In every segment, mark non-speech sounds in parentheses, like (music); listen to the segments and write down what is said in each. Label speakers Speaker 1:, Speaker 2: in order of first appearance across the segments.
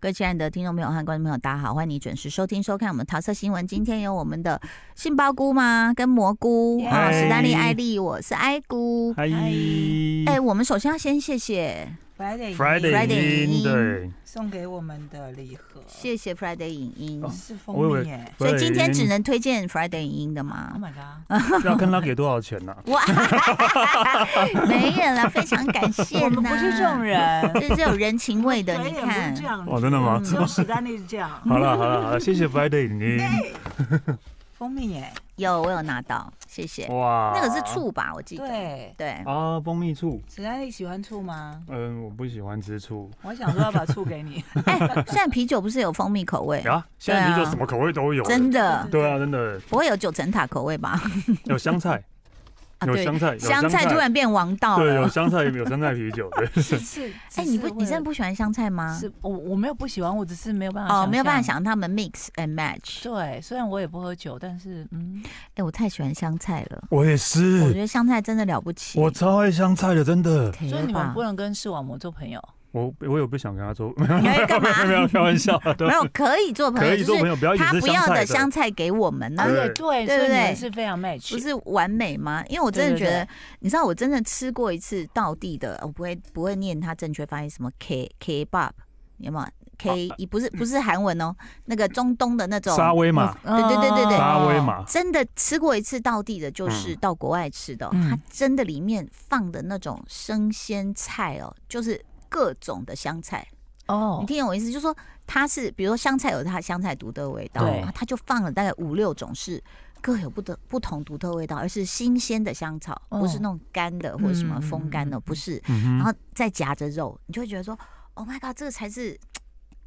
Speaker 1: 各位亲爱的听众朋友和观众朋友，大家好，欢迎你准时收听收看我们桃色新闻。今天有我们的杏鲍菇吗？跟蘑菇
Speaker 2: 耶
Speaker 1: 啊，
Speaker 3: 嗨
Speaker 1: 史丹利、艾丽，我是艾菇。
Speaker 3: 嗨
Speaker 1: 哎、我们首先要先谢谢
Speaker 2: Friday
Speaker 3: ，Friday
Speaker 1: Friday
Speaker 3: 音
Speaker 1: 音
Speaker 3: 对，
Speaker 2: 送给我们的礼盒
Speaker 1: 谢谢 Friday 影音，
Speaker 2: 是
Speaker 3: 我以
Speaker 2: 蜂
Speaker 3: 为
Speaker 2: 蜜耶
Speaker 1: 所以今天只
Speaker 3: Friday
Speaker 1: 能推荐 Friday 影音的吗
Speaker 2: Oh？my god！
Speaker 3: 音要看他给多少钱
Speaker 1: (laughs)
Speaker 3: 呢？
Speaker 2: (laughs)
Speaker 1: 哇，没有啦，非常感谢
Speaker 2: 我们不是这种
Speaker 1: 人，
Speaker 2: (laughs) 人，
Speaker 1: 这是有人情味的，
Speaker 2: 我们
Speaker 1: 你
Speaker 2: 嘴脸不
Speaker 1: 看
Speaker 2: 是这。样
Speaker 3: 哦，真的吗？
Speaker 1: 嗯
Speaker 2: 只有史丹利是这样。
Speaker 3: (laughs) 好了好了好了，谢谢 Friday 音，嗯
Speaker 2: 蜂蜜耶，
Speaker 1: 有，我有拿到，谢谢。
Speaker 3: 哇，
Speaker 1: 那个是醋吧？我记得。
Speaker 2: (laughs) 对，
Speaker 1: 对，
Speaker 3: 啊，蜂蜜醋，
Speaker 2: 史丹利喜欢醋吗？
Speaker 3: 嗯，我不喜欢吃醋
Speaker 2: 我想说要把醋给
Speaker 3: (laughs)
Speaker 2: 你，
Speaker 1: 哎，现在啤酒不是有蜂蜜口味，
Speaker 3: 呀，现在啤
Speaker 1: 对
Speaker 3: 酒
Speaker 1: 啊
Speaker 3: 什么口味都有，
Speaker 1: 真的
Speaker 3: 对啊，真的
Speaker 1: 不会有九层塔口味
Speaker 3: (laughs)
Speaker 1: 吧？
Speaker 3: 有香菜，
Speaker 1: (laughs) 啊，
Speaker 3: 有
Speaker 1: 对，
Speaker 3: 香菜，有
Speaker 1: 香菜突然变王道
Speaker 3: 对，有
Speaker 1: 了。
Speaker 3: 香菜，有香菜啤酒，对，
Speaker 2: 是 (laughs) 是。
Speaker 1: 哎，
Speaker 2: 只是
Speaker 1: 你不，
Speaker 2: 为了
Speaker 1: 你真的不喜欢香菜吗？
Speaker 2: 是我我没有不喜欢，我只是没有办法
Speaker 1: 哦，没有办法
Speaker 2: 象。
Speaker 1: 想他们 mix and match。
Speaker 2: 对，虽然我也不喝酒，但是嗯，
Speaker 1: 哎，我太喜欢香菜了，
Speaker 3: 我也
Speaker 1: (laughs) 我
Speaker 3: 是
Speaker 1: 觉，得香菜真的了不起。
Speaker 3: 我超爱香菜的，真的，
Speaker 1: 可以
Speaker 2: 所以
Speaker 1: 了
Speaker 2: 你们
Speaker 1: 吧
Speaker 2: 不能跟视网膜做朋友。
Speaker 3: 我我有不想跟他 (laughs) 做，没 (laughs) 有
Speaker 1: 你要干嘛？
Speaker 3: 没有开玩笑，对
Speaker 1: 没，有可以做朋
Speaker 3: 可
Speaker 1: 友，
Speaker 3: 以
Speaker 1: 就
Speaker 3: 做
Speaker 1: 是
Speaker 3: 朋友，不要一直
Speaker 1: 他
Speaker 3: 吃
Speaker 1: 不要
Speaker 3: 菜
Speaker 1: 的香菜给我们呢、
Speaker 2: 而
Speaker 3: 对
Speaker 2: 且啊
Speaker 1: 对
Speaker 2: 对，所以你
Speaker 1: 对
Speaker 2: 们是非常 match，
Speaker 1: 不是完美吗？因为我真的觉得，
Speaker 2: 对对
Speaker 1: 你知道，我真的吃过一次道地的，我不会不会念它正确发音，什么 K K Bob，有没有 K？、也不是不是韩文哦，那个中东的那种
Speaker 3: 啊沙威玛，
Speaker 1: 对对对对对
Speaker 2: 哦
Speaker 3: 沙威玛。
Speaker 1: 真的吃过一次道地的，就是到国外吃的哦、
Speaker 2: 嗯
Speaker 1: 它真的里面放的那种生鲜菜哦，就是各种的香菜。
Speaker 2: 哦
Speaker 1: 你，听懂我意思？就说它是，比如说香菜有它香菜独特的味道，
Speaker 2: 对
Speaker 1: 然后它就放了大概五六种是各有不得不同独特味道，而是新鲜的香草，
Speaker 2: 哦
Speaker 1: 不是那种干的或者什么
Speaker 2: 嗯
Speaker 1: 风干的，
Speaker 2: 嗯嗯
Speaker 1: 不是。
Speaker 3: 嗯
Speaker 1: 然
Speaker 3: 哼，
Speaker 1: 后再夹着肉，你就会觉得说，Oh my god，这个才是。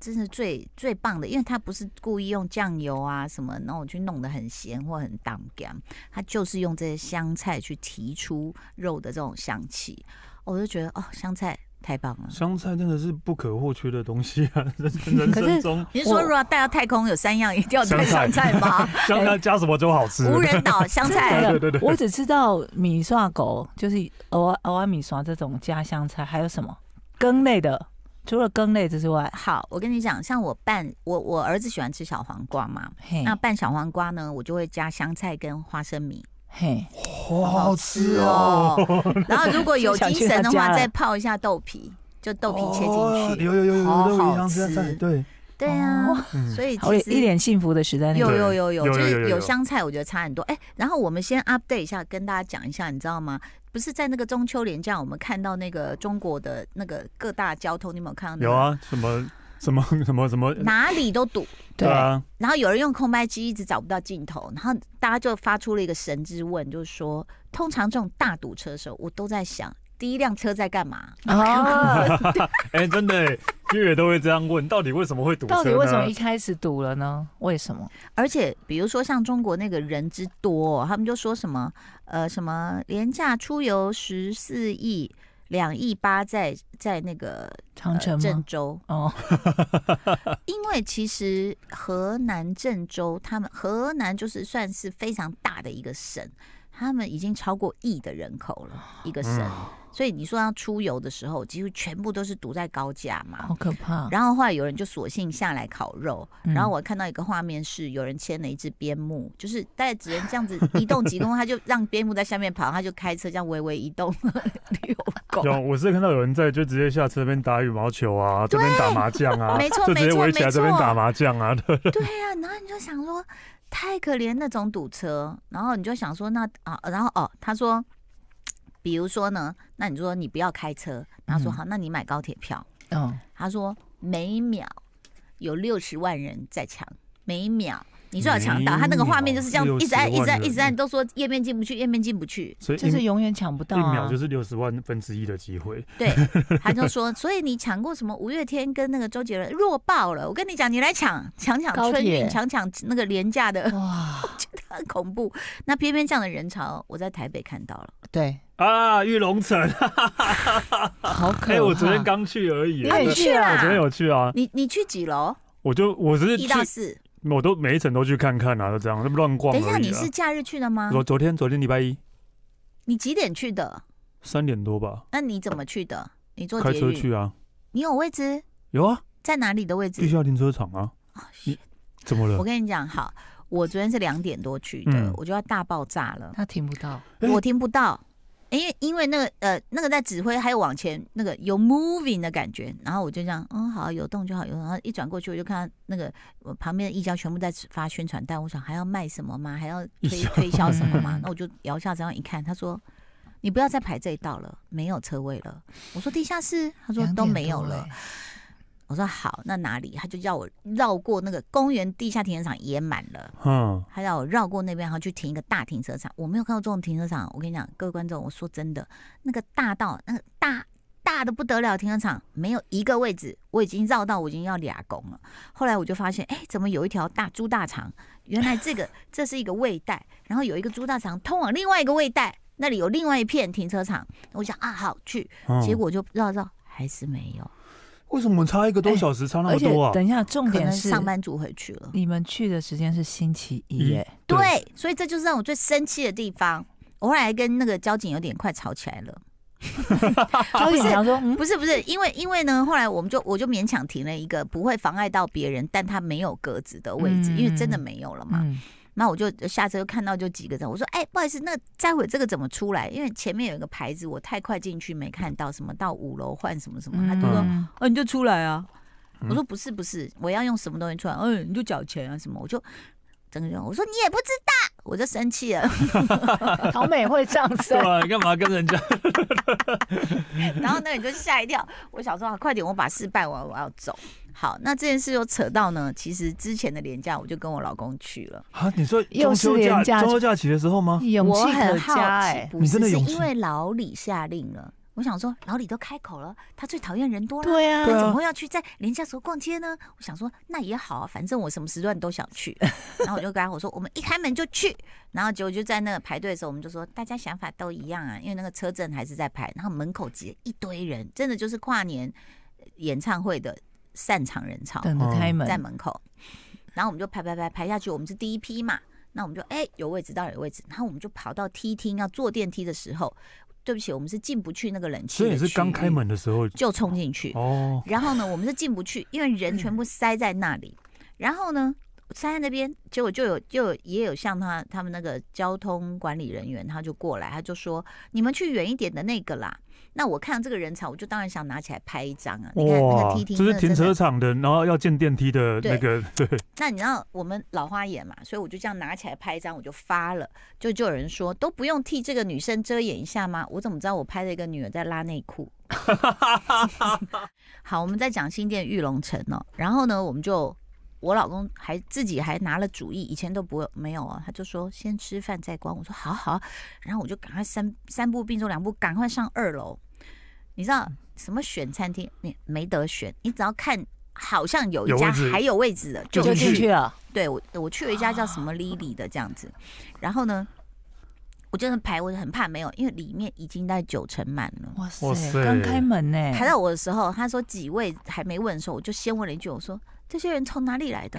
Speaker 1: 真是最最棒的，因为它不是故意用酱油啊什么，然后我去弄得很咸或很淡干，它就是用这些香菜去提出肉的这种香气，我就觉得哦，香菜太棒了。
Speaker 3: 香菜真的是不可或缺的东西啊，人人
Speaker 2: 可是
Speaker 3: 生中
Speaker 1: 你是说，
Speaker 2: 我
Speaker 1: 如果带到太空有三样，一定要带香
Speaker 3: 香
Speaker 1: 菜
Speaker 2: (laughs)
Speaker 1: 吗？
Speaker 3: 香菜加什么都好吃。
Speaker 1: 无人岛香
Speaker 2: 真
Speaker 1: 菜
Speaker 2: 的
Speaker 3: 对对对
Speaker 2: 我只知道米刷狗，就是偶尔偶尔米刷这种家乡菜，还有什么羹类的？除了羹类之外，
Speaker 1: 好，我跟你讲，像我拌我我儿子喜欢吃小黄瓜嘛，
Speaker 2: 嘿
Speaker 1: 那拌小黄瓜呢，我就会加香菜跟花生米，
Speaker 2: 嘿，
Speaker 3: 哇，好吃哦！
Speaker 1: 好吃
Speaker 2: (laughs)
Speaker 1: 哦。然后如果有精神的
Speaker 2: 想去他家
Speaker 1: 话，
Speaker 2: 了
Speaker 1: 再泡一下豆皮，就豆皮切
Speaker 3: 哦
Speaker 1: 进去。
Speaker 3: 有有有有
Speaker 1: 好
Speaker 3: 有
Speaker 1: 好
Speaker 3: 有香
Speaker 1: 吃
Speaker 3: 菜，对，
Speaker 1: 对啊，
Speaker 3: 嗯
Speaker 1: 所以
Speaker 2: 哦好
Speaker 1: 其
Speaker 2: 一
Speaker 1: 实。
Speaker 2: 脸幸福的时代，
Speaker 1: 有
Speaker 3: 对
Speaker 1: 有有有，
Speaker 3: 有
Speaker 1: 就
Speaker 3: 有有
Speaker 1: 是
Speaker 3: 有
Speaker 1: 有
Speaker 3: 有
Speaker 1: 香菜，我觉得差很多。哎、然后我们先 update 一下，跟大家讲一下，你知道吗？不是在那个中秋连假，我们看到那个中国的那个各大交通，你有没有看到、那个？
Speaker 3: 有，啊，什么什么什么什么，
Speaker 1: 哪里都堵。
Speaker 2: 对，
Speaker 3: 啊，
Speaker 1: 然后有人用空拍机一直找不到镜头，然后大家就发出了一个神之问，就是说，通常这种大堵车的时候，我都在想，第一辆车在干嘛？ (laughs)
Speaker 3: (laughs)
Speaker 2: 哦，
Speaker 3: 哎，真的耶，月月都会这样问，到底为什么会堵车？
Speaker 2: 到底为什么一？开始堵了呢？为什么？
Speaker 1: 而且比如说像中国那个人之多哦、他们就说什么呃什么廉价出游十四亿。两亿八在在那个
Speaker 2: 长
Speaker 1: 呃
Speaker 2: 城
Speaker 1: 郑
Speaker 2: 吗？
Speaker 1: 州，
Speaker 2: 哦，
Speaker 1: 因为其实河南郑州，他们河南就是算是非常大的一个省，他们已经超过亿的人口了，一个省。所以你说要出游的时候，几乎全部都是堵在高架嘛。
Speaker 2: 好可怕。
Speaker 1: 然后后来有人就索性下来烤肉，
Speaker 2: 嗯
Speaker 1: 然后我看到一个画面是有人牵了一只边牧，就是大概只能这样子移动几公分，他就让边牧在下面跑，他就开车这样微微移动 (laughs)
Speaker 3: (laughs)
Speaker 1: 遛狗。
Speaker 3: 有，我是看到有人在就直接下车这边打羽毛球啊，这边打麻将啊，
Speaker 1: 没错
Speaker 3: 就直接围起
Speaker 1: 没
Speaker 3: 来
Speaker 1: 错
Speaker 3: 这边打麻将啊，对，
Speaker 1: 对呀、然后你就想说太可怜那种堵车，然后你就想说那啊，然后哦，他说，比如说呢，那你说你不要开车，然后说
Speaker 2: 嗯
Speaker 1: 好，那你买高铁票，
Speaker 2: 嗯，
Speaker 1: 他说每秒有六十万人在抢，每秒。你最好抢到，
Speaker 3: 每
Speaker 1: 他那个画面就是这样，
Speaker 3: 秒
Speaker 1: 一直按，一直
Speaker 3: 60万
Speaker 1: 按，
Speaker 3: 人
Speaker 1: 一直按，都说页面进不去，页面进不去。
Speaker 3: 所以
Speaker 2: 就
Speaker 3: 一
Speaker 2: 是永远抢不到
Speaker 3: 一秒
Speaker 2: 啊
Speaker 3: 就。是六十万分之一的机会，
Speaker 1: 对，
Speaker 2: (laughs)
Speaker 1: 他就说，所以你抢过什么五月天跟那个周杰伦弱爆了。我跟你讲，你来抢，抢抢
Speaker 2: 高
Speaker 1: 春
Speaker 2: 铁
Speaker 1: 运，抢抢那个廉价的 (laughs)
Speaker 2: 哇，
Speaker 1: 很恐怖。那偏偏这样的人潮，我在台北看到了。
Speaker 2: 对，
Speaker 3: (laughs) 啊，玉龙城，
Speaker 2: 好可
Speaker 3: 哎、
Speaker 2: 怕。
Speaker 3: 我昨天刚去而已，
Speaker 2: 你也
Speaker 3: 我
Speaker 2: 去啊
Speaker 3: 昨天有去啊，
Speaker 1: 你你去几楼？
Speaker 3: 我就我只是
Speaker 1: 一
Speaker 3: 去，
Speaker 1: 到四。
Speaker 3: 我都每一层都去看看啊，就这样，那么乱逛、而
Speaker 1: 等
Speaker 3: 已
Speaker 1: 一
Speaker 3: 啊
Speaker 1: 下，你是假日去的吗？
Speaker 3: 我昨天昨天礼拜一
Speaker 1: 你几点去的？
Speaker 3: 三点多吧，
Speaker 1: 那你怎么去的？你坐
Speaker 3: 开
Speaker 1: 捷
Speaker 3: 车
Speaker 1: 运？
Speaker 3: 去啊，
Speaker 1: 你有位置？
Speaker 3: 有啊，
Speaker 1: 在哪里的位
Speaker 3: 地
Speaker 1: 置？
Speaker 3: 下停车场啊，
Speaker 1: 哦
Speaker 3: 你怎么
Speaker 1: 我
Speaker 3: 了？
Speaker 1: 跟你讲，好，我昨天是两点多去的，
Speaker 3: 嗯
Speaker 1: 我就要大爆炸了，
Speaker 2: 他听不到，
Speaker 3: 哎
Speaker 1: 我听不到。因为因为那个呃那个在指挥，还有往前那个有 moving 的感觉，然后我就这样，嗯好有动就好有动，然后一转过去我就看到那个我旁边的义交全部在发宣传单，我想还要卖什么吗？还要
Speaker 3: 义
Speaker 1: 推
Speaker 3: 交
Speaker 1: 推销什么吗
Speaker 2: (laughs) 嗯？
Speaker 1: 那我就摇下这样一看，他说你不要再排这一道了，没有车位
Speaker 2: (laughs)
Speaker 1: 了。我说地下室，他说
Speaker 2: 两点
Speaker 1: 都没有
Speaker 2: 多
Speaker 1: 了
Speaker 2: 欸。。
Speaker 1: 我说好，那哪里？他就叫我绕过那个公园，地下停车场也满了。
Speaker 3: 嗯，
Speaker 1: 他让我绕过那边，然后去停一个大停车场。我没有看到这种停车场。我跟你讲，各位观众，我说真的，那个大道，那个大大的不得了，停车场没有一个位置。我已经绕到我已经要俩拱了。后来我就发现，哎，怎么有一条大猪大肠？原来
Speaker 2: (laughs)
Speaker 1: 这个这是一个位带，然后有一个猪大肠通往另外一个位带，那里有另外一片停车场。我想啊，好去，
Speaker 3: 嗯
Speaker 1: 结果就绕绕还是没有，
Speaker 3: 为什么差一个多小时差那
Speaker 2: 而
Speaker 3: 么
Speaker 2: 且
Speaker 3: 多啊？
Speaker 1: 哎
Speaker 2: 等一下，重
Speaker 1: 可能
Speaker 2: 点是
Speaker 1: 上班族回去了。
Speaker 2: 你们去的时间是星期一
Speaker 3: 一
Speaker 2: 耶，
Speaker 1: 对，所以这就是让我最生气的地方。我后来还跟那个交警有点快吵起来了，
Speaker 2: 交警
Speaker 1: 不是
Speaker 2: 想说，嗯，
Speaker 1: 不是不是，因为因为呢，后来我们就我就勉强停了一个不会妨碍到别人，但他没有格子的位置，
Speaker 2: 嗯
Speaker 1: 因为真的没有了嘛。
Speaker 2: 嗯，
Speaker 1: 那我就下车就看到就几个人，我说哎、不好意思，那待会这个怎么出来？因为前面有一个牌子，我太快进去没看到，什么到五楼换什么什么，他就说
Speaker 2: 嗯
Speaker 1: 啊，你就出来啊。
Speaker 3: 嗯
Speaker 1: 我说不是不是，我要用什么东西出来？嗯，你就缴钱啊什么？我就整个人我说你也不知道，我就生气了。
Speaker 2: 桃美会上
Speaker 3: 对
Speaker 2: (laughs) 升，
Speaker 3: 啊，你干嘛跟人家？
Speaker 1: 然后那你就吓一跳。我想说啊，快点，我把事办完，我要走。好，那这件事又扯到呢，其实之前的廉假我就跟我老公去了，
Speaker 3: (laughs) 啊，你说
Speaker 2: 又
Speaker 3: 中
Speaker 2: 是
Speaker 3: 秋假
Speaker 2: 廉价
Speaker 3: 中秋假期的时候吗？
Speaker 2: 勇
Speaker 1: 我
Speaker 2: 气可
Speaker 1: 很好
Speaker 2: 嘉
Speaker 1: 奇
Speaker 2: 哎，，
Speaker 1: 不
Speaker 3: 你
Speaker 1: 是
Speaker 3: 真的
Speaker 1: 是
Speaker 3: 勇
Speaker 1: 因
Speaker 3: 气
Speaker 1: 为老李下令了。我想说，老李都开口了，他最讨厌人多了。
Speaker 2: 对
Speaker 1: 他
Speaker 2: 啊
Speaker 3: 对啊
Speaker 1: 怎么会要去在廉价时候逛街呢？我想说那也好啊，反正我什么时段都想去。 (laughs) 然后我就跟他我说，我们一开门就去。然后结果就在那个排队的时候，我们就说大家想法都一样啊，因为那个车阵还是在排，然后门口挤了一堆人，真的就是跨年演唱会的散场人潮。
Speaker 2: 等着开门，
Speaker 1: 在门口，然后我们就排排排排下去，我们是第一批嘛，那我们就哎、有位置到底有位置，然后我们就跑到梯厅要坐电梯的时候，对不起，我们是进不去那个冷气，
Speaker 3: 所以你是刚开门的时候
Speaker 1: 就冲进去，
Speaker 3: 哦，
Speaker 1: 然后呢，我们是进不去，因为人全部塞在那里，然后呢。塞在那边，结果就有就有也有像他他们那个交通管理人员，他就过来，他就说你们去远一点的那个啦。那我看到这个人潮，我就当然想拿起来拍一张啊。你看那个
Speaker 3: 哇
Speaker 1: 梯，厅，
Speaker 3: 这是
Speaker 1: 那个真
Speaker 3: 停
Speaker 1: 的
Speaker 3: 车场的，然后要建电梯的那个，对，
Speaker 1: 那你知道我们老花眼嘛，所以我就这样拿起来拍一张，我就发了，就就有人说都不用替这个女生遮掩一下吗？我怎么知道我拍了一个女儿在拉内裤？ (laughs) 好，我们在讲新店玉龙城哦，然后呢，我们就我老公还自己还拿了主意，以前都不会没有啊，他就说先吃饭再逛，我说好好，然后我就赶快三三步并作两步，赶快上二楼，你知道
Speaker 3: 嗯
Speaker 1: 什么选餐厅，你没得选，你只要看。好像有一
Speaker 3: 有
Speaker 1: 家
Speaker 3: 位置
Speaker 1: 还有位置的，
Speaker 3: 就
Speaker 2: 就
Speaker 3: 进
Speaker 2: 进
Speaker 3: 去
Speaker 2: 去了，
Speaker 1: 对我我去了一家叫什么 Lily 的这样子，然后呢，我真的排，我很怕没有，因为里面已经在九成满了。
Speaker 2: 哇
Speaker 3: 哇
Speaker 2: 塞，
Speaker 3: 塞
Speaker 2: 刚开门呢，
Speaker 1: 排到我的时候，他说几位还没问的时候，我就先问了一句，我说这些人从哪里来的？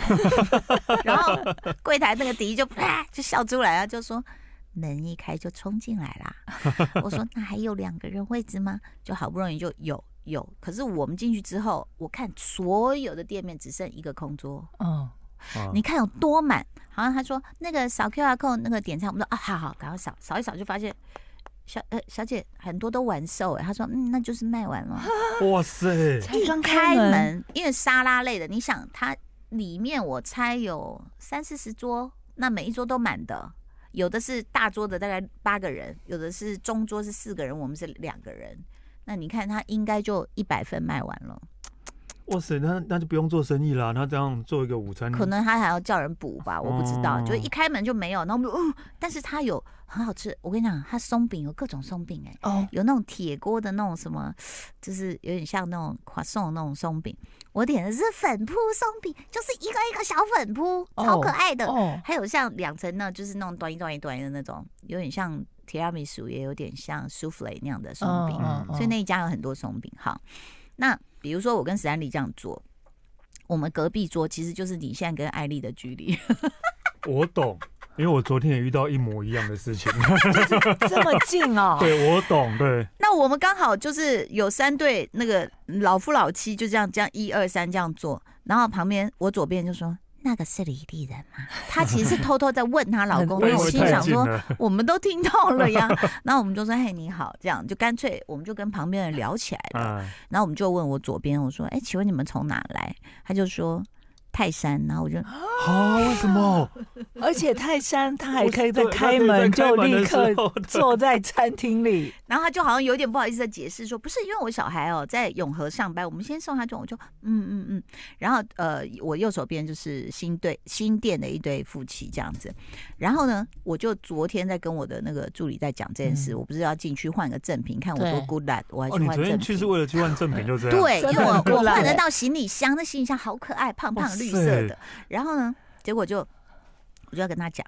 Speaker 1: (laughs) 然后柜台那个迪就啪就笑出来啊，就说门一开就冲进来啦。我说那还有两个人位置吗？就好不容易就有有，可是我们进去之后，我看所有的店面只剩一个空桌。
Speaker 2: 嗯，
Speaker 3: 啊
Speaker 1: 你看有多满。好像他说那个扫 QR code 那个点餐，我们说啊，好好，赶快扫，扫一扫就发现。小呃，小姐很多都完售哎、他说嗯，那就是卖完了。
Speaker 3: 啊哇塞，
Speaker 2: 才
Speaker 1: 一
Speaker 2: 刚
Speaker 1: 开
Speaker 2: 门，
Speaker 1: 门，因为沙拉类的，你想它里面我猜有三四十桌，那每一桌都满的，有的是大桌的大概八个人，有的是中桌是四个人，我们是两个人。那你看他应该就一百份卖完了，
Speaker 3: 哇塞，那那就不用做生意啦，那这样做一个午餐，
Speaker 1: 可能他还要叫人补吧，我不知道。
Speaker 3: 哦
Speaker 1: 就一开门就没有，然后我们就、嗯，但是他有很好吃。我跟你讲，他松饼有各种松饼、哎，
Speaker 2: 哦，
Speaker 1: 有那种铁锅的那种什么，就是有点像那种垮送那种松饼。我点的是粉扑松饼，就是一个一个小粉扑，
Speaker 2: 哦
Speaker 1: 超可爱的。
Speaker 2: 哦，
Speaker 1: 还有像两层呢，就是那种端一端一端的那种，有点像提拉米苏，也有点像苏芙蕾那样的松饼。
Speaker 2: 嗯
Speaker 1: 所以那一家有很多松饼。好，那比如说我跟史丹利这样做，我们隔壁桌其实就是你现在跟艾丽的距离，
Speaker 3: 我懂，因为我昨天也遇到一模一样的事情。。
Speaker 1: 哦
Speaker 2: (laughs) 这么近哦
Speaker 3: (laughs) 对，我懂，对，
Speaker 1: (laughs) 那我们刚好就是有三对那个老夫老妻，就这样这样一二三这样做，然后旁边我左边就说。那个是李丽人吗？ (laughs) 她其实是偷偷在问她老
Speaker 3: (laughs)
Speaker 1: 公，
Speaker 2: 我
Speaker 3: 我
Speaker 2: 也
Speaker 1: 她
Speaker 3: 以为
Speaker 1: 心
Speaker 3: 太
Speaker 1: 想
Speaker 3: 近啊
Speaker 1: 说
Speaker 3: 了，
Speaker 1: 我们都听到了呀。
Speaker 3: (laughs)
Speaker 1: 然后我们就说：“嘿，你好。”这样就干脆我们就跟旁边人聊起来了。
Speaker 3: 嗯，
Speaker 1: 然后我们就问我左边，我说：“哎，请问你们从哪来？”他就说泰山。然后我就
Speaker 3: 好，啊为什么？
Speaker 2: 而且泰山他还
Speaker 3: 我
Speaker 2: 可以在
Speaker 3: 对他可
Speaker 2: 开
Speaker 3: 以
Speaker 2: 门
Speaker 3: 在
Speaker 2: 就
Speaker 3: 开门
Speaker 2: 立
Speaker 3: 的时
Speaker 2: 刻
Speaker 3: 候对 (laughs)
Speaker 2: 坐在餐厅里，
Speaker 1: 然后他就好像有点不好意思的解释说，不是因为我小孩哦在永和上班，我们先送他中，我就嗯嗯嗯。然后呃，我右手边就是新对新店的一对夫妻这样子。然后呢，我就昨天在跟我的那个助理在讲这件事，
Speaker 2: 嗯
Speaker 1: 我不是要进去换个正品，看我多
Speaker 2: 对
Speaker 1: good luck，我还
Speaker 3: 哦，
Speaker 1: 去
Speaker 3: 你
Speaker 1: 换
Speaker 3: 昨
Speaker 1: 正
Speaker 3: 天去
Speaker 1: 品。
Speaker 3: 是为了去换正品，就这样。
Speaker 1: 对，
Speaker 2: 真
Speaker 1: 因
Speaker 2: 的
Speaker 1: 为我
Speaker 2: 很 good
Speaker 1: 我
Speaker 2: luck
Speaker 1: 换得
Speaker 2: 欸
Speaker 1: 到行李箱，那行李箱好可爱，胖
Speaker 3: 哇
Speaker 1: 胖绿
Speaker 3: 塞
Speaker 1: 色的。然后呢，结果就我就要跟他讲，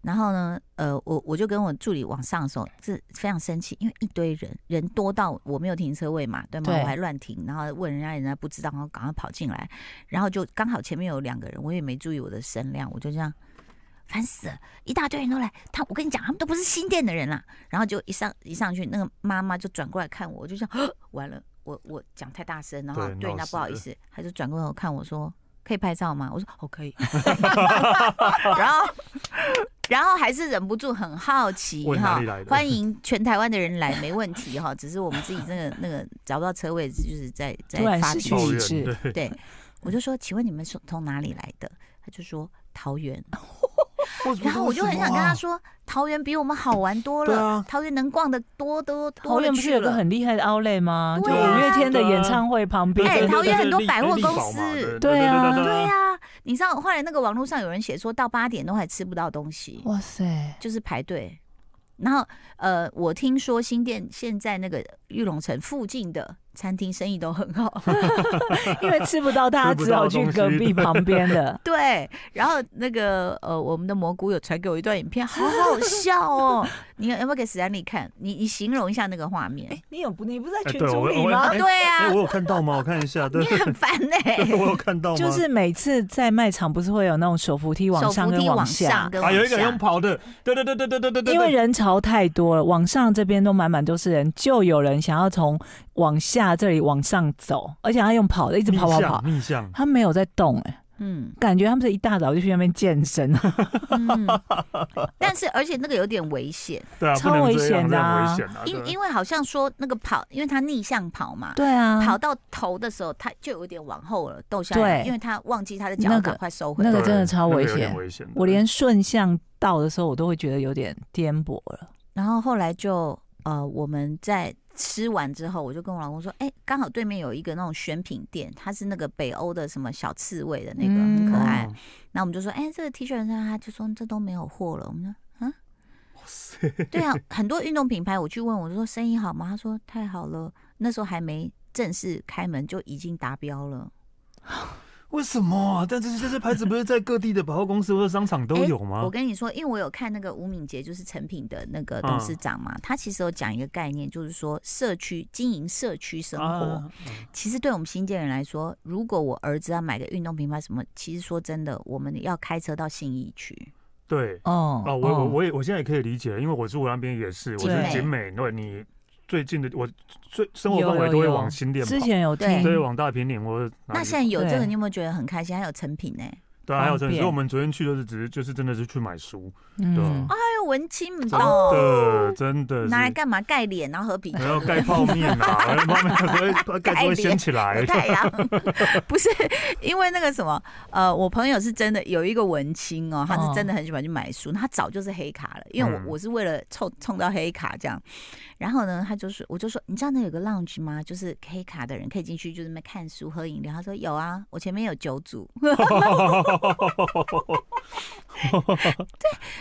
Speaker 1: 然后呢，呃，我我就跟我助理往上的时候，这非常生气，因为一堆人，人多到我没有停车位嘛，对吗？
Speaker 2: 对
Speaker 1: 我还乱停，然后问人家，人家不知道，然后赶快跑进来，然后就刚好前面有两个人，我也没注意我的声量，我就这样。烦死了！一大堆人都来，他我跟你讲，他们都不是新店的人啦。然后就一上一上去，那个妈妈就转过来看我，我就想， (gasps) 完了，我我讲太大声，然后
Speaker 3: 对
Speaker 1: 对人家
Speaker 3: 闹
Speaker 1: 不好意
Speaker 3: 事
Speaker 1: 思，他就转过头看我说，可以拍照吗？我说哦可以， (laughs) 然后然后还是忍不住很好奇
Speaker 3: 问哪
Speaker 1: 哈
Speaker 3: 里来，的
Speaker 1: 欢迎全台湾的人来，没问题哈，只是我们自己那个那个找不到车位，就是在在
Speaker 2: 突然
Speaker 1: 发
Speaker 2: 失去
Speaker 1: 脾
Speaker 3: 抱
Speaker 1: 气
Speaker 2: 理
Speaker 3: 怨
Speaker 2: 智。
Speaker 3: 对，
Speaker 1: 对，我就说，请问你们是从哪里来的？他就说桃园，然后我就很想跟
Speaker 3: 啊
Speaker 1: 他说，桃园比我们好玩多
Speaker 3: 对
Speaker 1: 了，
Speaker 3: 啊
Speaker 1: 桃园能逛的多多
Speaker 2: 桃
Speaker 1: (laughs) 多
Speaker 2: 园
Speaker 1: 了
Speaker 2: 不是
Speaker 1: 去
Speaker 2: 有个
Speaker 1: 了。
Speaker 2: 很厉害的 Outlet 吗？就
Speaker 1: 对
Speaker 2: 五
Speaker 1: 啊
Speaker 2: 月天的演唱会旁
Speaker 3: 对，
Speaker 2: 边。
Speaker 1: 哎
Speaker 3: 对对
Speaker 1: 桃园很
Speaker 3: 对
Speaker 1: 多
Speaker 3: 对
Speaker 1: 百货
Speaker 3: 力
Speaker 1: 公
Speaker 3: 宝嘛
Speaker 1: 司
Speaker 2: 对啊
Speaker 1: 对呀、你知道后来那个网络上有人写说到八点都还吃不到东西，
Speaker 2: 哇塞！
Speaker 1: 就是排队。然后呃，我听说新店现在那个玉龙城附近的餐厅生意都很好，。
Speaker 2: (laughs) 因为吃不到，大家只好去隔壁旁边的
Speaker 1: 对。然后那个呃，我们的蘑菇有传给我一段影片，好好笑哦。 (laughs) 你要不要给史丹利看？你你形容一下那个画面。
Speaker 2: (laughs) 你有不？你不是在
Speaker 3: 哎
Speaker 2: 群
Speaker 3: 对
Speaker 2: 组
Speaker 3: 我
Speaker 2: 里
Speaker 3: 我
Speaker 2: 吗
Speaker 1: 啊，
Speaker 3: 哎？
Speaker 1: 对
Speaker 3: 哎，
Speaker 1: 啊
Speaker 3: 我，有看到吗？我看一下，对
Speaker 1: 你，很烦呢、
Speaker 3: 对 (laughs) 我有看到
Speaker 2: (laughs)
Speaker 3: 吗？
Speaker 2: 就是每次在卖场不是会有那种手扶梯往
Speaker 1: 手
Speaker 2: 上
Speaker 1: 扶
Speaker 2: 跟
Speaker 1: 梯往
Speaker 2: 下
Speaker 1: 上，跟
Speaker 3: 啊，
Speaker 1: 往
Speaker 3: 有一个人
Speaker 1: 下
Speaker 3: 用跑的，对对对对对对对对，
Speaker 2: 因为人潮太多了，往上这边都满满都是人，就有人想要从往下这里往上走，而且他用跑的，一直
Speaker 3: 逆
Speaker 2: 跑跑
Speaker 3: 向
Speaker 2: 跑，
Speaker 3: 逆向，
Speaker 2: 他没有在动、哎，
Speaker 1: 嗯
Speaker 2: 感觉他们是一大早就去那边健身，
Speaker 1: 嗯，但是而且那个有点危险，
Speaker 3: 对啊，
Speaker 2: 超
Speaker 3: 不能
Speaker 2: 危
Speaker 3: 这
Speaker 2: 险
Speaker 3: 样
Speaker 2: 的
Speaker 3: 这样
Speaker 2: 啊
Speaker 3: 危险啊，
Speaker 1: 因
Speaker 3: 对
Speaker 1: 因为好像说那个跑，因为他逆向跑嘛，
Speaker 2: 对啊，
Speaker 1: 跑到头的时候，他就有点往后了，斗下来，
Speaker 2: 对
Speaker 1: 因为他忘记他的脚
Speaker 2: 那
Speaker 1: 要
Speaker 2: 个
Speaker 1: 赶快收回
Speaker 2: 那
Speaker 1: 来。
Speaker 2: 个真的
Speaker 3: 对
Speaker 2: 超
Speaker 3: 那
Speaker 2: 危
Speaker 3: 有点
Speaker 2: 险
Speaker 3: 危险的，
Speaker 2: (laughs) 我连顺向到的时候，我都会觉得有点颠簸了。
Speaker 1: 然后后来就呃，我们在吃完之后，我就跟我老公说，哎、刚好对面有一个那种选品店，它是那个北欧的什么小刺猬的那个，
Speaker 2: 嗯
Speaker 1: 很可爱。
Speaker 3: 哦
Speaker 1: 那我们就说，哎、这个 T 恤呢，他就说这都没有货了。我们说，嗯，
Speaker 3: 哇塞，
Speaker 1: 对啊，很多运动品牌我去问，我就说生意好吗？他说太好了，那时候还没正式开门就已经达标了。
Speaker 3: 为什么啊？但这些这些牌子不是在各地的百货公司或者商场都
Speaker 1: 诶
Speaker 3: 有吗？
Speaker 1: 我跟你说，因为我有看那个吴敏杰，就是成品的那个董
Speaker 3: 嗯
Speaker 1: 事长嘛，他其实有讲一个概念，就是说社区经营社区生活。
Speaker 3: 啊，
Speaker 1: 其实对我们新界人来说，如果我儿子要买个运动品牌什么，其实说真的，我们要开车到信义区。
Speaker 3: 对
Speaker 2: 哦
Speaker 3: 啊，我我我也我现在也可以理解，因为我住那边也是，我
Speaker 2: 景
Speaker 3: 是
Speaker 2: 美
Speaker 3: 景美，那你最近的我最生活
Speaker 2: 有
Speaker 3: 范围
Speaker 2: 有
Speaker 3: 都会
Speaker 2: 有
Speaker 3: 往新店跑，
Speaker 2: 之前有听
Speaker 1: 对，
Speaker 3: 所以往大平岭或者哪
Speaker 1: 那
Speaker 3: 里
Speaker 1: 现在有这个，
Speaker 2: 对
Speaker 1: 你有没有觉得很开心？还有成品呢、
Speaker 3: 对啊，还有
Speaker 2: 方
Speaker 3: 城市，
Speaker 2: 便
Speaker 3: 所以我们昨天去就是只是就是真的是去买书，对啊
Speaker 2: 嗯，
Speaker 1: 哎呦，文青不
Speaker 3: 真
Speaker 2: 哦
Speaker 1: 到，
Speaker 3: 的真的
Speaker 1: 拿来
Speaker 3: 是。
Speaker 1: 干嘛？盖脸，然后喝啤酒
Speaker 3: 然。后盖泡面
Speaker 2: (laughs)
Speaker 3: 啊，然后泡面所以把盖子会掀起来
Speaker 1: 有，太阳， (laughs) 不是因为那个什么，呃，我朋友是真的有一个文青哦，他是真的很喜欢去买书，他早就是黑卡了，因为
Speaker 3: 嗯
Speaker 1: 我我是为了凑冲到黑卡这样，然后呢，他就是我就说，你知道那有个 lounge 吗？就是黑卡的人可以进去，就是那边看书喝饮料。他说有啊，我前面有酒组，
Speaker 3: (laughs)
Speaker 1: (laughs)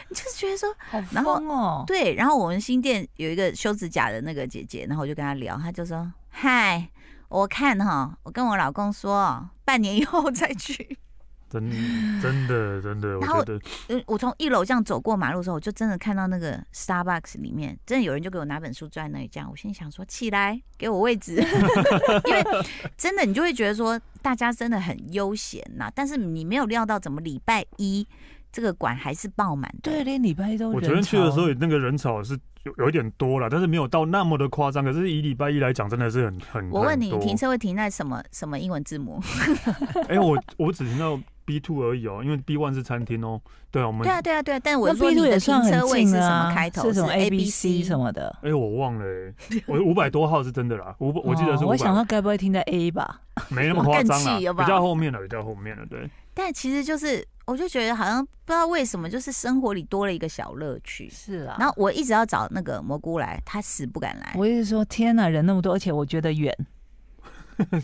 Speaker 1: 就是觉得说
Speaker 2: 好
Speaker 1: 然后
Speaker 2: 疯哦，
Speaker 1: 对，然后我们新店有一个修指甲的那个姐姐，然后我就跟她聊，她就说：“嗨，我看哈，我跟我老公说，半年以后再去。 (laughs)
Speaker 3: 真 (laughs) 真的真的，我
Speaker 1: 然后
Speaker 3: 觉得”
Speaker 1: 嗯，我从一楼这样走过马路的时候，我就真的看到那个 Starbucks 里面，真的有人就给我拿本书坐在那里这样。我心里想说：“起来，给我位置。” (laughs) 因为真的，你就会觉得说，大家真的很悠闲呐、但是你没有料到，怎么礼拜一这个馆还是爆满的。
Speaker 2: 对，连礼拜一都
Speaker 3: 我
Speaker 2: 人
Speaker 3: 昨天去的
Speaker 2: 潮
Speaker 3: 时候，那个人潮是有有一点多了，但是没有到那么的夸张。可是以礼拜一来讲，真的是很很。
Speaker 1: 我问你，
Speaker 3: 很
Speaker 1: 你
Speaker 3: 多
Speaker 1: 停车会停在什么什么英文字母？
Speaker 3: 哎、我我只听到 B two 而已哦，因为 B one 是餐厅哦。对啊，我们
Speaker 1: 对啊，对啊，对啊。但我
Speaker 2: 那
Speaker 1: 是说
Speaker 2: B
Speaker 1: 你
Speaker 2: two
Speaker 1: 的
Speaker 2: 也
Speaker 1: 停
Speaker 2: 算很
Speaker 1: 车位
Speaker 2: 近
Speaker 1: 是
Speaker 2: 啊，
Speaker 1: 什么开头？
Speaker 2: 是什么
Speaker 1: A
Speaker 2: B
Speaker 1: C
Speaker 2: C 什？么的。
Speaker 3: 哎、我忘了、欸，我五百多号是真的啦，五我记得是
Speaker 2: 哦
Speaker 3: 五
Speaker 2: 我想
Speaker 3: 百、
Speaker 2: 说该不会听在 A 吧？
Speaker 3: 没那么夸张
Speaker 1: 更
Speaker 3: 啦，
Speaker 1: 气了吧
Speaker 3: 比较后面了，比较后面了，
Speaker 1: (laughs)
Speaker 3: 对，
Speaker 1: 但其实就是，我就觉得好像不知道为什么，就是生活里多了一个小乐趣。
Speaker 2: 是啊。
Speaker 1: 然后我一直要找那个蘑菇来，他死不敢来。
Speaker 2: 我也是说，天哪，人那么多，而且我觉得远。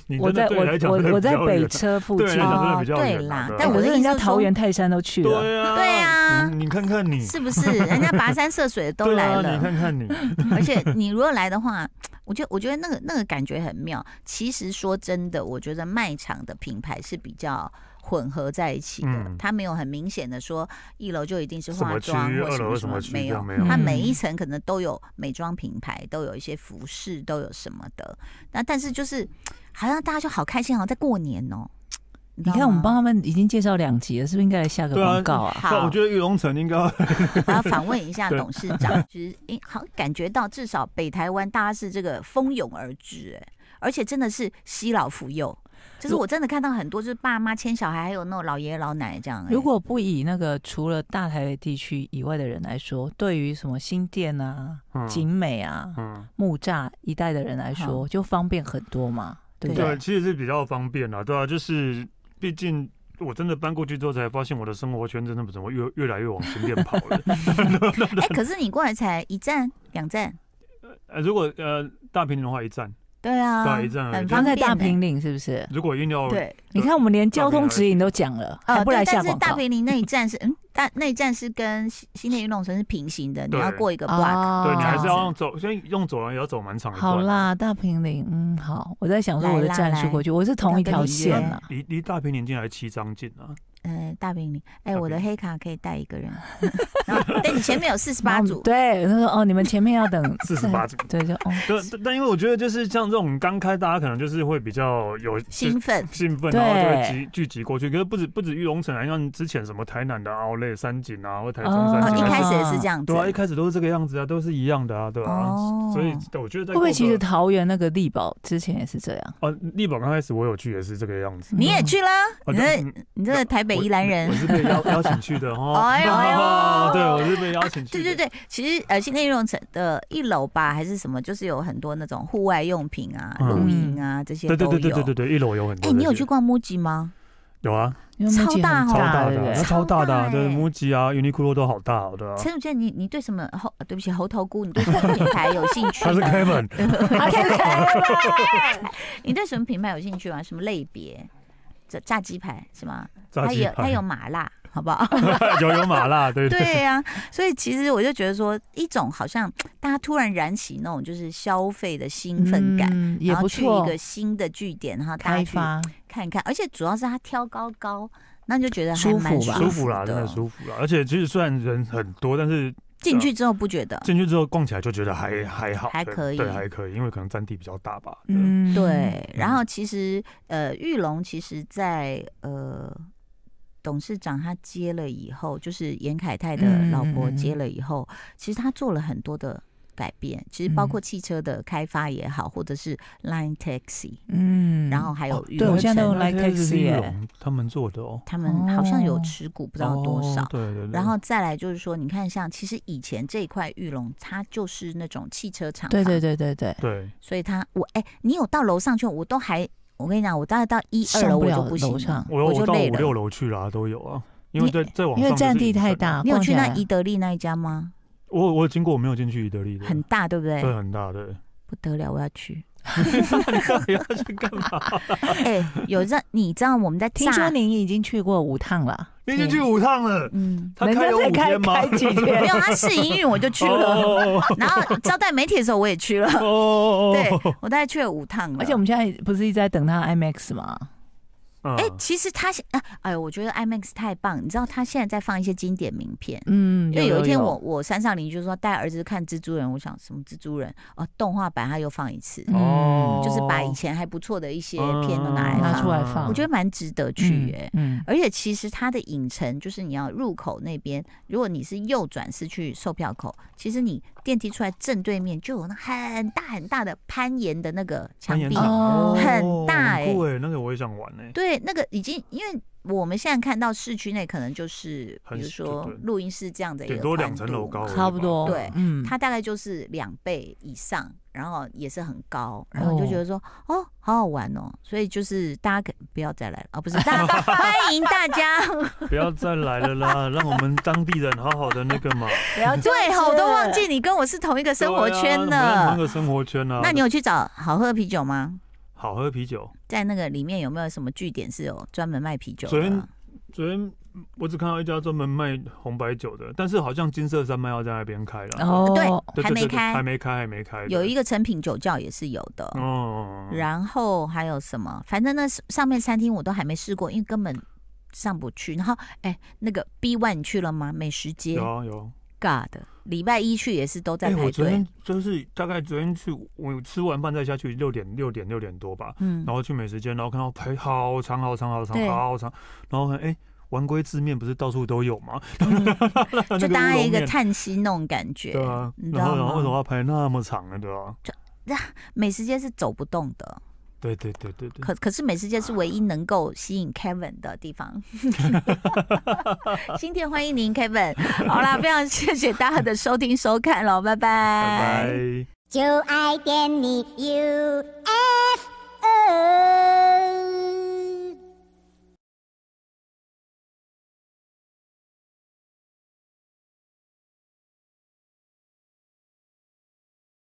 Speaker 3: 你
Speaker 2: 我
Speaker 3: 真
Speaker 2: 在
Speaker 3: 的
Speaker 2: 我
Speaker 3: 对你来讲真的
Speaker 2: 我我
Speaker 3: 比较
Speaker 2: 在
Speaker 3: 远啊
Speaker 2: 北车附
Speaker 3: 对
Speaker 2: 近
Speaker 3: 你来，讲真
Speaker 1: 哦
Speaker 3: 的比较
Speaker 1: 对
Speaker 3: 远啊
Speaker 1: 啦
Speaker 3: 对啊
Speaker 1: 但
Speaker 2: 可
Speaker 1: 我的
Speaker 2: 是
Speaker 1: 意
Speaker 2: 人
Speaker 1: 思
Speaker 2: 家
Speaker 1: 是
Speaker 2: 桃
Speaker 1: 说
Speaker 2: 园泰山都去了。
Speaker 3: 对啊，
Speaker 1: 对啊
Speaker 3: 嗯你看看你，
Speaker 1: 是不是？人家跋山涉水的都
Speaker 3: 对
Speaker 1: 来
Speaker 3: 啊，你
Speaker 1: 了，
Speaker 3: 看看你，
Speaker 1: 而且你如果来的话，我觉得我觉得那个那个感觉很妙。其实说真的，我觉得卖场的品牌是比较混合在一起的，
Speaker 3: 嗯
Speaker 1: 它没有很明显的说一楼就一定是
Speaker 3: 什
Speaker 1: 化
Speaker 3: 么区
Speaker 1: 妆或
Speaker 3: 二
Speaker 1: 什
Speaker 3: 楼
Speaker 1: 么
Speaker 3: 什么
Speaker 1: 么
Speaker 3: 区
Speaker 1: 没
Speaker 3: 这
Speaker 1: 有
Speaker 3: 样，没
Speaker 2: 有
Speaker 1: 它
Speaker 2: 嗯
Speaker 1: 每一层可能都有美妆品牌，都有一些服饰，都有什么的。那但是就是好像大家就好开心，好像在过年哦、知
Speaker 2: 你看，
Speaker 1: 道
Speaker 2: 我们
Speaker 1: 吗
Speaker 2: 帮他们已经介绍两集了，是不是应该来下个
Speaker 3: 对啊
Speaker 2: 广告啊？
Speaker 1: 好
Speaker 3: 我觉得玉龙城
Speaker 1: (laughs)
Speaker 3: 应该要
Speaker 1: 我要访问一下
Speaker 3: 对
Speaker 1: 董事长，就是诶，好像感觉到至少北台湾大家是这个蜂拥而至、诶，而且真的是惜老扶幼，就是我真的看到很多就是爸妈牵小孩，还有那种老爷爷老奶奶这样、诶
Speaker 2: 如果不以那个除了大台北地区以外的人来说，对于什么新店啊、
Speaker 3: 嗯
Speaker 2: 景美啊、
Speaker 3: 嗯，
Speaker 2: 木栅一带的人来
Speaker 1: 嗯
Speaker 2: 说，就方便很多嘛，对不
Speaker 3: 对，啊
Speaker 2: 对？
Speaker 3: 其实是比较方便啦，对啊，就是毕竟。我真的搬过去之后才发现，我的生活圈真的怎么越越来越往新店跑
Speaker 1: (laughs)
Speaker 3: 了。
Speaker 1: 哎、可是你过来才一站两
Speaker 2: (laughs)
Speaker 1: 站，
Speaker 3: 呃，如果呃大平林的话一站，
Speaker 1: 对啊，
Speaker 3: 对一站而已
Speaker 1: 很
Speaker 2: 刚
Speaker 1: 方
Speaker 2: 在
Speaker 1: 便、
Speaker 2: 大
Speaker 1: 诶
Speaker 2: 平岭是不是？
Speaker 3: 如果硬要
Speaker 1: 对，呃
Speaker 2: 你看，我们连交通指引都讲了，还不
Speaker 1: 对
Speaker 2: 来下
Speaker 1: 但是
Speaker 2: 广
Speaker 1: 大
Speaker 2: 告？
Speaker 1: 平林那一站是嗯，大那一站是跟新新田运动城是平行的，你
Speaker 3: 对
Speaker 1: 要过一个 block，、
Speaker 2: 哦
Speaker 3: 对你还
Speaker 1: 啊
Speaker 3: 是要用走，所以用走廊也要走蛮长一段。
Speaker 2: 好，啦，大平岭，嗯，好，我在想说我的
Speaker 1: 来啦
Speaker 2: 战术
Speaker 1: 来
Speaker 2: 过去，我是同一条线
Speaker 1: 要
Speaker 2: 啊。
Speaker 3: 离离大平林近还七张近
Speaker 1: (laughs)
Speaker 3: 啊。
Speaker 1: 呃，大平林，哎、
Speaker 3: 大
Speaker 1: 我的
Speaker 3: 平
Speaker 1: 黑卡可以带一个人， (laughs) 然后但你前面有四十
Speaker 2: 然
Speaker 1: 八
Speaker 2: 后
Speaker 1: 组，
Speaker 2: 对，他说哦，你们前面要
Speaker 3: (laughs)
Speaker 2: 等
Speaker 3: 48组
Speaker 2: 对，就哦，
Speaker 3: 对，但但因为我觉得就是像这种刚开，大家可能就是会比较有
Speaker 1: 兴奋，
Speaker 3: 兴奋，
Speaker 2: 对
Speaker 3: 然后就会集聚集过去。可是不止不止玉龙城啊，像之前什么台南的奥莱、三井啊，或台中
Speaker 2: 哦
Speaker 3: 三
Speaker 1: 哦，
Speaker 3: 井
Speaker 1: 一
Speaker 3: 啊，
Speaker 1: 开始也是这样子
Speaker 3: 对，啊，一开始都是这个样子啊，都是一样的啊，对啊。
Speaker 1: 哦
Speaker 3: 所以我觉得在
Speaker 2: 会不会其实
Speaker 3: 过个
Speaker 2: 桃园那个力宝之前也是这样？
Speaker 3: 哦，力宝刚开始我有去也是这个样子。
Speaker 1: 你也去了，(laughs)
Speaker 3: 哦
Speaker 1: 你
Speaker 3: 对
Speaker 1: 这
Speaker 3: 嗯
Speaker 1: 你这台北宜兰人
Speaker 3: 我，是被邀邀请去的哦。
Speaker 1: (laughs) 哎呦哎呦
Speaker 3: (laughs) 对，我是被邀请去
Speaker 1: 对
Speaker 3: 的。
Speaker 1: 对对，其实呃，新天运动城的一楼吧，还是什么，就是有很多那种户外用品啊、
Speaker 3: 嗯
Speaker 1: 露营啊这些
Speaker 3: 对
Speaker 1: 都
Speaker 3: 对
Speaker 1: 有。
Speaker 3: 对对对对对，一楼有很多。
Speaker 1: 哎，你有去？逛 MUJI 吗？
Speaker 3: 有啊，
Speaker 2: 因为目前很
Speaker 1: 超大哦
Speaker 3: 超大
Speaker 2: 对不
Speaker 3: 的啊，
Speaker 2: 对
Speaker 3: 那？超大的啊，
Speaker 1: 超大
Speaker 3: 对
Speaker 1: 欸
Speaker 3: ，MUJI 啊，Uniqlo 都好大哦，对啊。
Speaker 1: 陈主健，你你对什么猴？呃对不起，猴头菇，你对什么品牌有兴趣
Speaker 3: (laughs) 他是
Speaker 1: 吗？
Speaker 3: Kevin，啊
Speaker 1: (laughs) 他是
Speaker 2: (laughs)
Speaker 1: Kevin 你对什么品牌有兴趣吗？什么类别？炸炸鸡排是吗？
Speaker 3: 炸
Speaker 1: 它
Speaker 3: 鸡
Speaker 1: 有它
Speaker 3: 排，
Speaker 1: 有麻辣，好不
Speaker 3: (laughs)
Speaker 1: 好？
Speaker 3: 有有
Speaker 1: (laughs)
Speaker 3: 麻辣，对对
Speaker 1: 对呀、所以其实我就觉得说，一种好像大家突然燃起那种就是消费的兴奋感，
Speaker 2: 嗯也
Speaker 1: 然后
Speaker 2: 不
Speaker 1: 去
Speaker 2: 错
Speaker 1: 一，个新的据点，然后大家
Speaker 2: 开
Speaker 1: 去
Speaker 2: 发
Speaker 1: 看一看，而且主要是它挑高高，那你就觉得还
Speaker 2: 舒服
Speaker 1: 蛮
Speaker 2: 吧
Speaker 3: 舒服
Speaker 1: 服
Speaker 3: 啦，真的
Speaker 1: 的。
Speaker 3: 舒服啦。啊而且其实虽然人很多，但是
Speaker 1: 进去之后不觉得，
Speaker 3: 进去之后逛起来就觉得还还好，
Speaker 1: 还
Speaker 3: 对
Speaker 1: 可以
Speaker 3: 对，还可以，因为可能占地比较大吧。
Speaker 2: 嗯，
Speaker 3: 嗯，
Speaker 1: 对。然后其实呃，玉龙其实在呃。董事长他接了以后，就是严凯泰的老婆
Speaker 2: 嗯嗯嗯
Speaker 1: 接了以后，其实他做了很多的改变，其实包
Speaker 2: 嗯
Speaker 1: 括汽车的开发也好，或者是 Line Taxi，
Speaker 2: 嗯
Speaker 1: 然后还有
Speaker 3: 哦
Speaker 1: 玉
Speaker 2: 对
Speaker 1: 龙
Speaker 2: 我现在都
Speaker 1: 城啊
Speaker 2: 有 Like
Speaker 3: 那天是
Speaker 2: Taxi
Speaker 3: 玉
Speaker 2: 耶
Speaker 3: 龙他们做的哦，
Speaker 1: 他们好像有
Speaker 2: 哦
Speaker 1: 持股，不知道多少。
Speaker 3: 哦对
Speaker 2: 嗯
Speaker 3: 对对。
Speaker 1: 然后再来就是说，你看像其实以前这一块玉龙，它就是那种汽车厂，
Speaker 2: 对对，对对对，
Speaker 3: 对，
Speaker 1: 所以它我哎、你有到楼上去，我都还我跟你讲，我大概到一
Speaker 2: 上
Speaker 1: 二楼
Speaker 2: 不
Speaker 1: 我
Speaker 2: 了
Speaker 1: 就不行
Speaker 2: 楼上
Speaker 1: 了，
Speaker 3: 我有
Speaker 1: 就
Speaker 3: 我到
Speaker 1: 累
Speaker 3: 五
Speaker 1: 了。
Speaker 3: 六楼去啦，都有啊。因为
Speaker 1: 你
Speaker 3: 在在网
Speaker 2: 因
Speaker 3: 上
Speaker 2: 为
Speaker 3: 就是
Speaker 2: 占地
Speaker 3: 一啊层
Speaker 2: 太
Speaker 3: 的，
Speaker 2: 大，
Speaker 1: 你有
Speaker 2: 逛
Speaker 1: 去
Speaker 2: 起
Speaker 1: 那
Speaker 2: 来
Speaker 1: 宜得利那一家吗？
Speaker 3: 我我有经过，我没有进去伊德利的，
Speaker 1: 很大，对不对？
Speaker 3: 对很大的。
Speaker 1: 不得了，我要去。
Speaker 3: (laughs) 你到底要去干嘛？
Speaker 1: 哎、有让你知道我们在
Speaker 2: 听
Speaker 1: 炸
Speaker 2: 说您已经去过五趟了，
Speaker 3: 你已经去五趟了， (laughs)
Speaker 1: 嗯，
Speaker 3: 他
Speaker 2: 人家
Speaker 3: 开有
Speaker 2: 才
Speaker 3: 五
Speaker 2: 开
Speaker 3: 天吗？
Speaker 2: 开几
Speaker 1: 没
Speaker 3: (laughs)
Speaker 2: 天？
Speaker 1: 有他试营运我就去了，
Speaker 3: 哦
Speaker 1: (laughs) 然后招待媒体的时候我也去了，
Speaker 3: 哦哦哦哦
Speaker 1: 对我大概去了五趟了，
Speaker 2: 而且我们现在不是一直在等他 IMAX 吗？
Speaker 3: 嗯
Speaker 1: 哎、其实他现啊，哎呦，我觉得 IMAX 太棒，你知道他现在在放一些经典名片。
Speaker 2: 嗯，
Speaker 1: 因为有一天我我山上邻居说带儿子看蜘蛛人，我想什么蜘蛛人哦，动画版他又放一次，
Speaker 2: 嗯
Speaker 3: 哦，
Speaker 1: 就是把以前还不错的一些片都拿来
Speaker 2: 嗯
Speaker 1: 放，
Speaker 2: 拿出来放
Speaker 1: 我觉得蛮值得去耶、
Speaker 2: 嗯，
Speaker 1: 而且其实它的影城就是你要入口那边，如果你是右转是去售票口，其实你电梯出来正对面就有那很大很大的攀岩的那个墙壁，
Speaker 2: 攀岩场哦
Speaker 1: 很大
Speaker 3: 哎、
Speaker 1: 哎
Speaker 3: 酷哎那个我也想玩哎、
Speaker 1: 对，那个已经因为我们现在看到市区内可能就是比
Speaker 3: 很
Speaker 1: 如说
Speaker 3: 对对
Speaker 1: 录音室这样的一个
Speaker 3: 顶多
Speaker 1: 宽
Speaker 3: 两层
Speaker 1: 度
Speaker 3: 楼高
Speaker 1: 嘛
Speaker 3: 而已
Speaker 2: 差不多，
Speaker 1: 对
Speaker 2: 嗯，
Speaker 1: 它大概就是两倍以上，然后也是很高，然后就觉得说，哦，好好玩哦，所以就是大家可不要再来了啊、
Speaker 3: (laughs)
Speaker 1: 不是，大家欢迎大家，
Speaker 3: 不要再来了啦，让我们当地人好好的那个嘛，
Speaker 2: 不要
Speaker 1: 对哦，我都忘记你跟我是同一个生活圈
Speaker 3: 对啊那
Speaker 1: 了。
Speaker 3: 个生活圈啊。
Speaker 1: 那你有去找好喝的啤酒吗？
Speaker 3: 好喝啤酒？
Speaker 1: 在那个里面有没有什么据点是有专门卖啤酒
Speaker 3: 昨天
Speaker 1: 的？
Speaker 3: 昨天我只看到一家专门卖红白酒的，但是好像金色山脉要在那边开了。
Speaker 2: 哦，
Speaker 1: 对，
Speaker 3: 对
Speaker 1: 还
Speaker 3: 对
Speaker 1: 没
Speaker 3: 对对还
Speaker 1: 开，
Speaker 3: 没开，还没开。
Speaker 1: 有一
Speaker 3: 个
Speaker 1: 个成品酒窖也是有的。
Speaker 3: 哦，
Speaker 1: 然后还有什么？反正那是上面餐厅我都还没试过，因为根本上不去。然后哎，那个 B One 你去了吗？美食街
Speaker 3: 有啊有。
Speaker 1: God，礼拜一去也是都在
Speaker 3: 哎，我
Speaker 1: 排
Speaker 3: 昨
Speaker 1: 队。
Speaker 3: 天就是大概昨天去，我吃完饭再下去六点六点六点多吧，
Speaker 1: 嗯
Speaker 3: 然，后去美食街，然后看到排好长好长好长
Speaker 1: 对
Speaker 3: 好长，然后看哎。丸龟字面不是到处都有吗？
Speaker 1: 嗯
Speaker 3: (laughs)
Speaker 1: 就大家一个
Speaker 3: 太
Speaker 1: 叹息那种感觉，
Speaker 3: 对啊，
Speaker 1: 你知
Speaker 3: 然
Speaker 1: 道
Speaker 3: 后然后为什么
Speaker 1: 吗？
Speaker 3: 要排那么长呢？对吧？
Speaker 1: 美食街是走不动的，
Speaker 3: 对对对对对，
Speaker 1: 可可是美食街是唯一能够吸引 Kevin 的地
Speaker 3: (laughs)
Speaker 1: 方。 (laughs) 新店欢迎您，Kevin。好啦，非常谢谢大家的收听收看喽，拜
Speaker 3: 拜拜。
Speaker 4: 就爱点你 UFO。